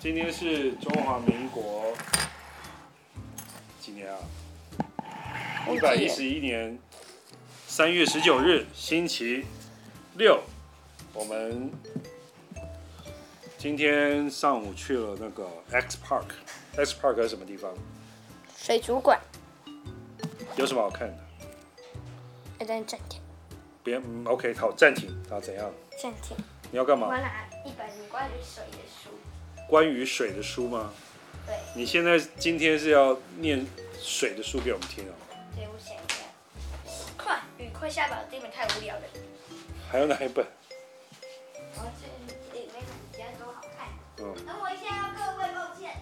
今天是中华民国几年啊？我一记百得一十一年三月十九日，星期六，我们今天上午去了那个 X Park，X Park 是什么地方？水族馆，有什么好看的？哎，等你暂停，别、嗯、，OK，好，暂停啊，怎样？暂停。你要干我嘛？拿一本关于水的书，关于水的书吗？对，你现在今天是要念水的书给我们听啊？对我想一下，快，雨快下吧，这本太无聊了。还有哪一本？我这里面比较多好看。嗯，等我一下，各位抱歉。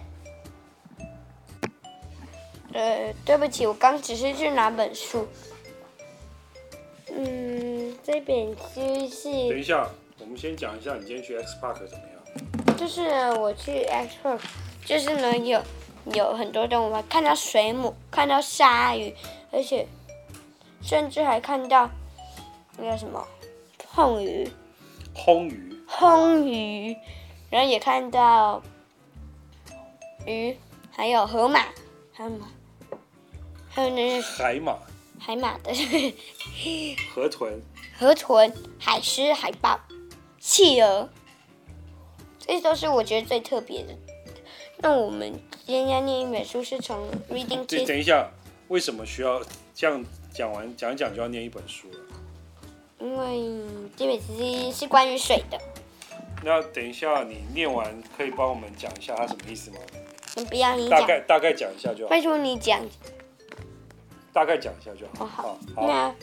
呃，对不起，我刚只是去拿本书。嗯，这本书等是一下，我们先讲一下你今天去 X Park 怎么样？就是我去 X Park，就是呢有有很多动物嘛，看到水母，看到鲨鱼，而且甚至还看到那个什么碰鱼、烘鱼，烘鱼，然后也看到鱼，还有河马，还有马，还有那个海马，海马的。 河豚，河豚、海狮、海豹、企鹅，这都是我觉得最特别的。那我们今天要念一本书，是从 Reading 这 Kids，等一下，为什么需要这样讲完讲一讲就要念一本书了？因为这本书是关于水的。那等一下你念完可以帮我们讲一下它什么意思吗？你不要你大讲，概大概讲一下就好，拜托你讲。大概讲一下就好。哦好好，那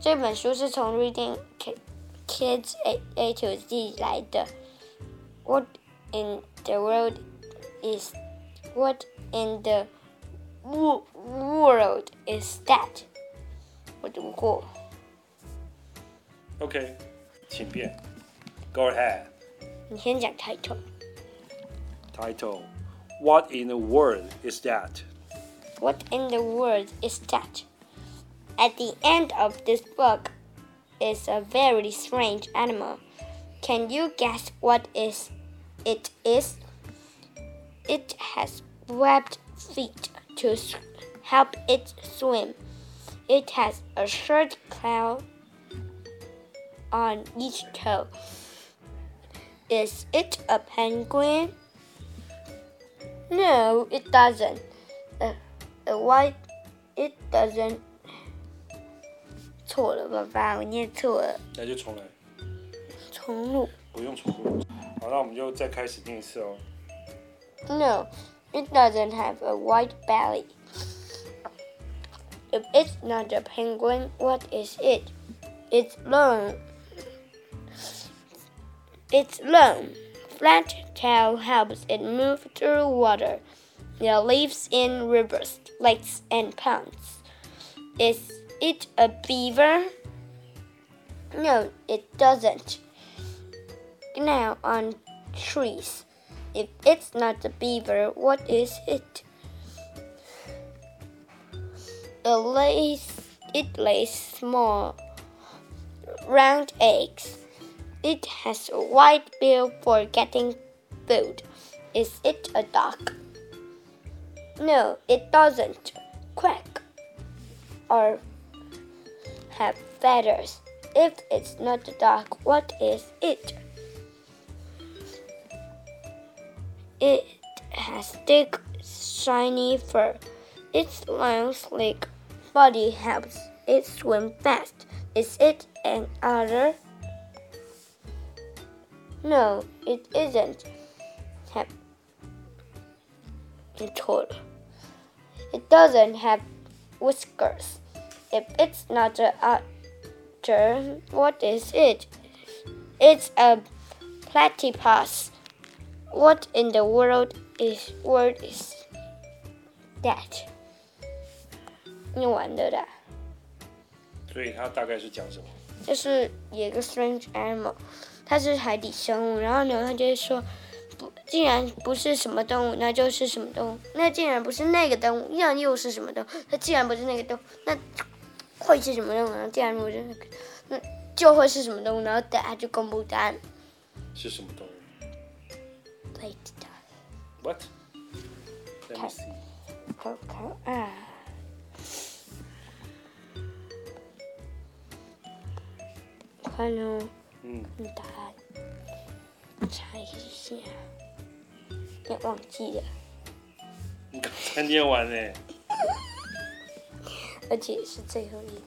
这本书是从 Reading Ki- Kids A A to Z 来的。What in the world is What in the wo- world is that？我读过。 OK，请便，Go ahead。你先讲 title。 Title: What in the world is that? What in the world is that? At the end of this book is a very strange animal. Can you guess what is it is? It has webbed feet to s- help it swim. It has a short claw on each toe. Is it a penguin? No, it doesn't. Uh, uh, why it doesn't？错了，爸爸，我念错了，那就重来，重录。不用重录。好，那我们就再开始念一次哦。 No, it doesn't have a white belly. If it's not a penguin, what is it? It's long. It's long. Flat tail helps it move through water. It lives in rivers, lakes, and ponds. Is it a beaver? No, it doesn't. Now on trees. If it's not a beaver, what is it? It lays, it lays small, round eggs. It has a wide bill for getting food. Is it a duck? No, it doesn't. Quack or have feathers. If it's not a duck, what is it? It has thick, shiny fur. Its long, sleek body helps it swim fast. Is it an otter? No, it isn't. Have it told. It doesn't have whiskers. If it's not an otter, what is it? It's a platypus. What in the world is world is that？你玩的啦，所以它大概是讲什么？就是有一个 strange animal，它是海底生物，然后呢，它就会说，不，竟然不是什么动物，那就是什么动物，那竟然不是那个动物，那又是什么动物？它既然不是那个动物，那会是什么动物？然后既然不是那个，那就会是什么动物？然后大家就公布答案是什么动物？ ，late d What? Let me see. Coco. Ah. Hello. 嗯，你打查一下，别忘记了，你刚才念完嘞。而且是最后一。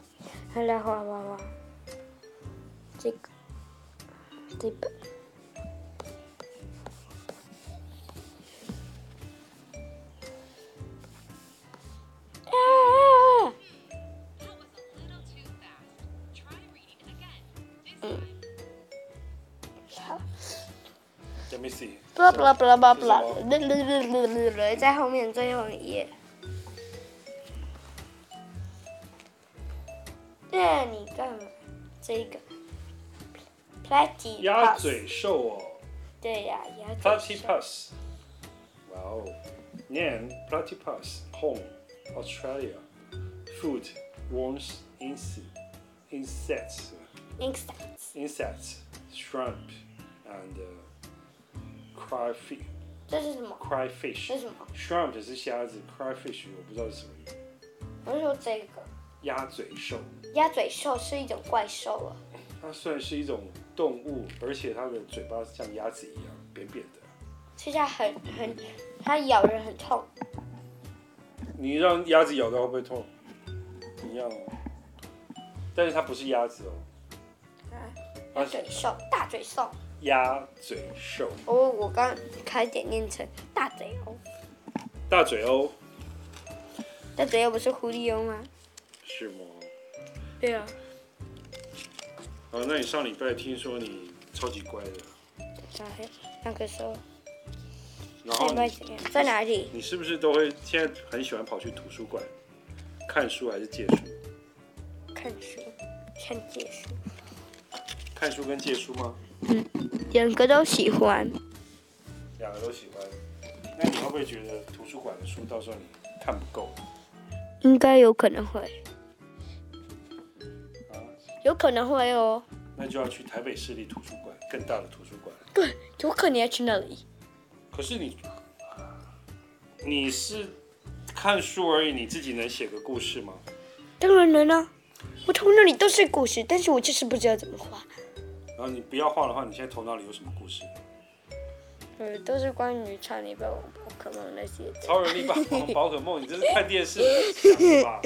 好了，娃娃娃，这个，这个，啊！ That was a little too fast. Try reading again. This time, 好 Let me see. blah blah blah blah 是什么 blah，在后面最后一页。那你干嘛？这个 platypus 鸭嘴兽哦对呀、鸭嘴兽，platypus。哇哦，name platypus home Australia. Food worms insect insects insects insects shrimp and uh, crayfish 这是什么？ crayfish 这是什么 shrimp 是虾子，crayfish 我不知道是什么意思。我是说这个鸭嘴兽，鸭嘴兽是一种怪兽啊，它虽然是一种动物，而且它的嘴巴像鸭子一样扁扁的。所以它很很它咬人很痛，你让鸭子咬到会不会痛？一样哦。但是它不是鸭子哦，鸭嘴兽大嘴兽。鸭嘴兽，哦，我刚差一点念成大嘴哦，大嘴哦鸥大嘴又不是狐狸哦吗？是吗？对啊。哦，那你上礼拜听说你超级乖的，然后那个时候，然后那你怎样？在哪里？你是不是都会现在很喜欢跑去图书馆看书还是借书？看书，看借书，看书跟借书吗？两个都喜欢。两个都喜欢。那你会不会觉得图书馆的书到时候你看不够应该有可能会，啊？有可能会哦。那就要去台北市立图书馆更大的图书馆。对，有可能要去那里。可是你，你是看书而已，你自己能写个故事吗？当然能啊，我头脑里都是故事，但是我就是不知道怎么画。然后你不要画的话，你现在头脑里有什么故事？呃，都是关于超能力、宝可梦那些的。超人力霸王、宝可梦，你这是看电视想的吧？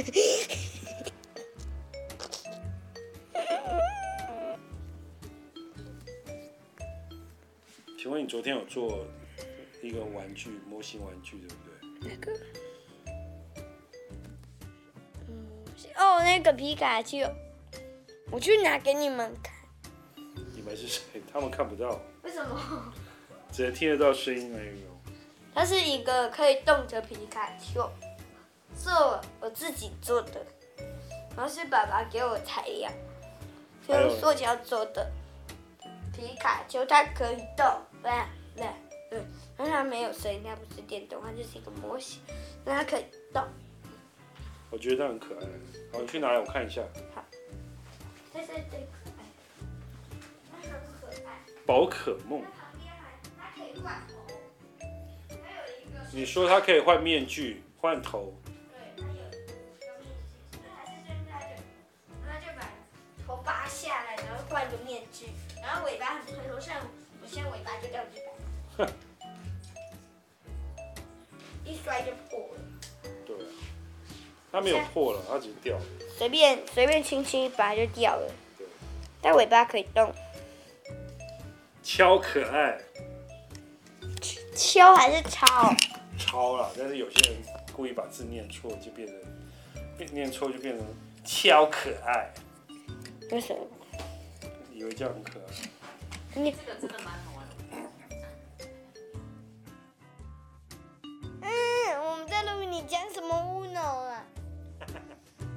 请问你昨天有做一个玩具模型玩具，对不对？那个，嗯，哦，那个皮卡丘，我去拿给你们看。你们是谁？他们看不到，为什么？只能听得到声音而已哦。它是一个可以动的皮卡丘，是我我自己做的，然后是爸爸给我材料，是用塑胶做的皮卡丘，它可以动，啦啦，嗯，但是它没有声音，它不是电动，它就是一个模型，那它可以动。我觉得它很可爱。好，你去哪里？我看一下。但是最可爱，它很可爱，宝可梦，旁边还它可以换头，还有一个你说它可以换面具、换头，对，它有一个面具，它是真的，它就把头拔下来，然后换个面具，然后尾巴很长，头上我现在尾巴就掉地板，一摔就破了。对啊，它没有破了，它只是掉了。随便随便轻轻一拔就掉了对，但尾巴可以动，超可爱，敲还是抄？超了。但是有些人故意把字念错，就变成变念错就变成超可爱，为什么？以为这样很可爱。你这个真的蛮好玩的。嗯，我们在录你讲什么乌脑啊？哦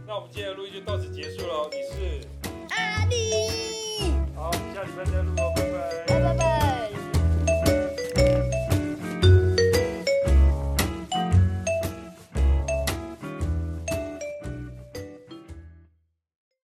那我们今天的录音就到此结束喽。你是阿力。哦